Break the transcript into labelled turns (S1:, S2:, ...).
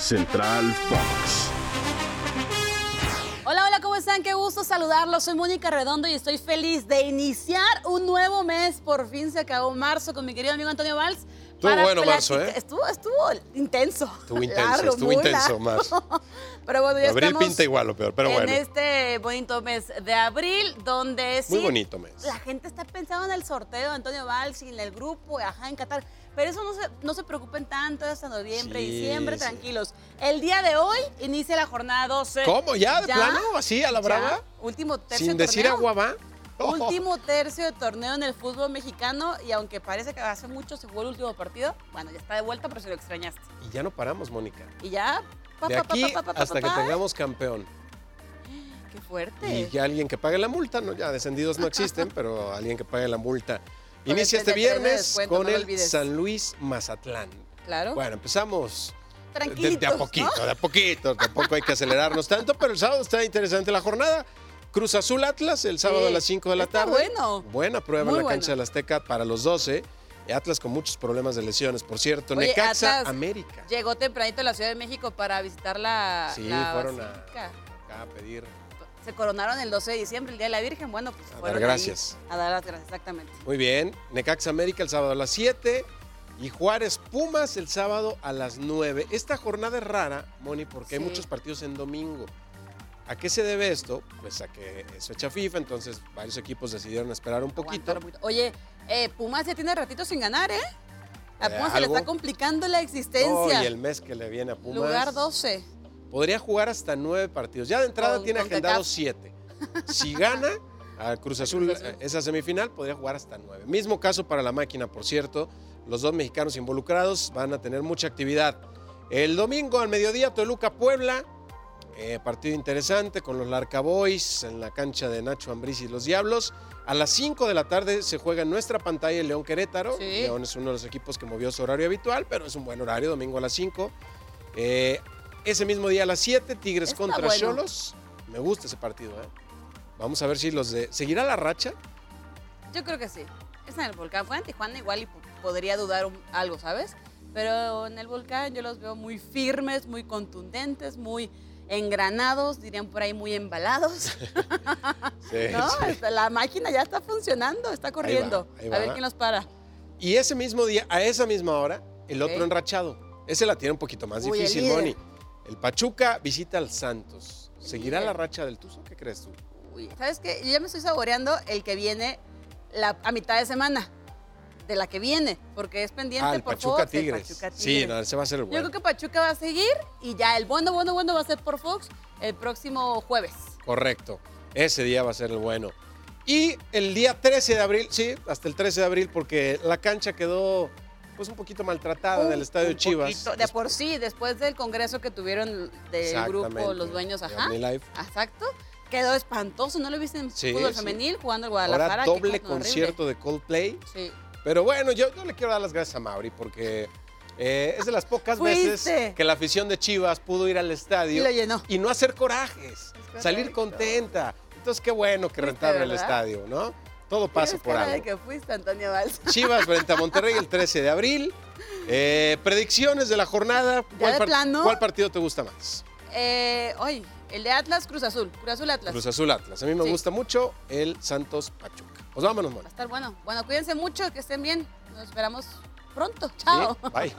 S1: Central Fox.
S2: Hola, hola, ¿cómo están? Qué gusto saludarlos. Soy Mónica Redondo y estoy feliz de iniciar un nuevo mes. Por fin se acabó marzo con mi querido amigo Antonio Valls.
S3: Estuvo
S2: para
S3: bueno marzo,
S2: platicar-
S3: ¿eh?
S2: Estuvo, estuvo intenso.
S3: Estuvo intenso,
S2: Largo,
S3: estuvo
S2: muy
S3: intenso
S2: largo.
S3: marzo.
S2: Pero bueno, ya
S3: Abril
S2: estamos
S3: pinta igual o peor, pero
S2: en
S3: bueno.
S2: este bonito mes de abril, donde sí,
S3: Muy bonito mes.
S2: la gente está pensando en el sorteo de Antonio Valls y en el grupo, ajá, en Qatar. Pero eso no se, no se preocupen tanto, hasta noviembre,
S3: Sí,
S2: diciembre,
S3: sí.
S2: tranquilos. El día de hoy inicia la jornada 12.
S3: ¿Cómo? ¿Ya? ¿De plano? ¿Así a la
S2: ¿Ya?
S3: brava?
S2: Último tercio
S3: ¿Sin
S2: de
S3: decir
S2: torneo.
S3: agua va? Oh,
S2: Último tercio de torneo en el fútbol mexicano y aunque parece que hace mucho se jugó el último partido, bueno, ya está de vuelta, pero si lo extrañaste.
S3: Y ya no paramos, Mónica.
S2: Y ya, pa,
S3: De
S2: pa, pa,
S3: aquí
S2: pa, pa, pa,
S3: hasta
S2: pa,
S3: que
S2: pa.
S3: tengamos campeón.
S2: Qué fuerte.
S3: Y ya alguien que pague la multa, ¿no? Ya descendidos no existen, pero alguien que pague la multa.
S2: Con
S3: Inicia
S2: el
S3: este
S2: 33 de
S3: viernes
S2: descuento,
S3: con
S2: no lo
S3: el
S2: olvides.
S3: San Luis Mazatlán.
S2: Claro.
S3: Bueno, empezamos.
S2: Tranquilitos,
S3: De, de a poquito, de a poquito. Tampoco hay que acelerarnos tanto, pero el sábado está interesante la jornada. Cruz Azul Atlas el sábado
S2: Sí,
S3: a las 5 de la
S2: está
S3: tarde.
S2: bueno.
S3: Buena prueba
S2: Muy
S3: en la
S2: buena.
S3: cancha del Azteca para los 12. Atlas con muchos problemas de lesiones, por cierto.
S2: Oye,
S3: Necaxa
S2: Atlas
S3: América.
S2: Llegó tempranito a la Ciudad de México para visitar la.
S3: Sí,
S2: la
S3: fueron a,
S2: basílica.
S3: acá a pedir.
S2: Se coronaron el 12 de diciembre, el Día de la Virgen. Bueno, pues.
S3: A dar
S2: fueron ahí
S3: gracias.
S2: A dar las gracias, exactamente.
S3: Muy bien. Necaxa América el sábado a las 7. Y Juárez Pumas el sábado a las 9. Esta jornada es rara, Moni, porque hay
S2: Sí.
S3: muchos partidos en domingo. ¿A qué se debe esto? Pues a que es fecha FIFA, entonces varios equipos decidieron esperar un poquito.
S2: Aguantar un poquito. Oye, eh, Pumas ya tiene ratito sin ganar, ¿eh? A
S3: Eh,
S2: Pumas se le
S3: algo.
S2: está complicando la
S3: Oh,
S2: existencia.
S3: y el mes que le viene a Pumas.
S2: Lugar 12.
S3: Podría jugar hasta nueve partidos. Ya de entrada
S2: Con-
S3: tiene
S2: con
S3: agendados
S2: Concacaf.
S3: siete. Si gana a Cruz Azul
S2: Cruz Azul.
S3: eh, esa semifinal, podría jugar hasta nueve. Mismo caso para la máquina, por cierto. Los dos mexicanos involucrados van a tener mucha actividad. El domingo al mediodía, Toluca Puebla. Eh, partido interesante con los Larcaboys en la cancha de Nacho Ambriz y los Diablos. A las 5 de la tarde se juega en nuestra pantalla el León Querétaro.
S2: Sí.
S3: León es uno de los equipos que movió su horario habitual, pero es un buen horario, domingo a las 5. Eh, ese mismo día a las 7, Tigres
S2: Está
S3: contra
S2: bueno.
S3: Cholos. Me gusta ese partido, ¿eh? Vamos a ver si los de. ¿Seguirá la racha?
S2: Yo creo que sí. Es en el volcán. Fue en Tijuana igual y po- podría dudar un- algo, ¿sabes? Pero en el volcán yo los veo muy firmes, muy contundentes, muy engranados, dirían por ahí muy embalados.
S3: Sí,
S2: ¿no?
S3: sí.
S2: Está- La máquina ya está funcionando, está corriendo.
S3: ahí
S2: A
S3: va.
S2: ver quién los para.
S3: Y ese mismo día, a esa misma hora, el otro
S2: Ok.
S3: enrachado. Ese la tiene un poquito más
S2: Uy, el
S3: difícil,
S2: líder.
S3: Moni. El Pachuca visita al Santos. ¿Seguirá
S2: líder.
S3: la racha del Tuzo? ¿Qué crees tú?
S2: Uy, ¿Sabes qué? Yo ya me estoy saboreando el que viene la, a mitad de semana, de la que viene, porque es pendiente
S3: ah, el
S2: por
S3: Pachuca,
S2: Fox, el
S3: Tigres.
S2: Pachuca
S3: Sí,
S2: Tigres.
S3: no, ese va a ser el
S2: Yo
S3: bueno.
S2: creo que Pachuca va a seguir y ya el bueno, bueno, bueno va a ser por Fox el próximo jueves.
S3: Correcto. Ese día va a ser el bueno. Y el día 13 de abril, sí, hasta el 13 de abril, porque la cancha quedó pues un poquito maltratada en el
S2: Un-
S3: Estadio
S2: un
S3: Chivas.
S2: poquito, de por sí, después del congreso que tuvieron del grupo
S3: Exactamente,
S2: los dueños,
S3: de
S2: ajá.
S3: OmniLife.
S2: Exacto. Quedó espantoso, ¿no lo viste en
S3: Sí,
S2: fútbol
S3: sí.
S2: femenil jugando en Guadalajara?
S3: Ahora
S2: qué
S3: doble
S2: cosa horrible.
S3: concierto de Coldplay.
S2: Sí.
S3: Pero bueno, yo, yo le quiero dar las gracias a Mauri porque eh, es de las pocas
S2: Fuiste.
S3: veces que la afición de Chivas pudo ir al
S2: Y
S3: estadio
S2: lo llenó.
S3: y no hacer corajes, salir
S2: correcto.
S3: contenta. Entonces qué bueno que
S2: Fuiste,
S3: rentable el
S2: ¿verdad?
S3: estadio, ¿no? Todo pasa
S2: Tienes
S3: por
S2: cara de
S3: algo.
S2: que fuiste Antonio Valls.
S3: Chivas frente a Monterrey el 13 de abril. Eh, predicciones de la jornada.
S2: de plano?
S3: cuál partido te gusta más?
S2: Eh, hoy, el de Atlas, Cruz Azul. Cruz Azul, Atlas.
S3: Cruz Azul Atlas. A mí me
S2: Sí.
S3: gusta mucho el Santos Pachuca. Pues vámonos,
S2: Va a
S3: Moni.
S2: estar bueno. Bueno, cuídense mucho, que estén bien. Nos esperamos pronto.
S3: Sí,
S2: Chao.
S3: Bye.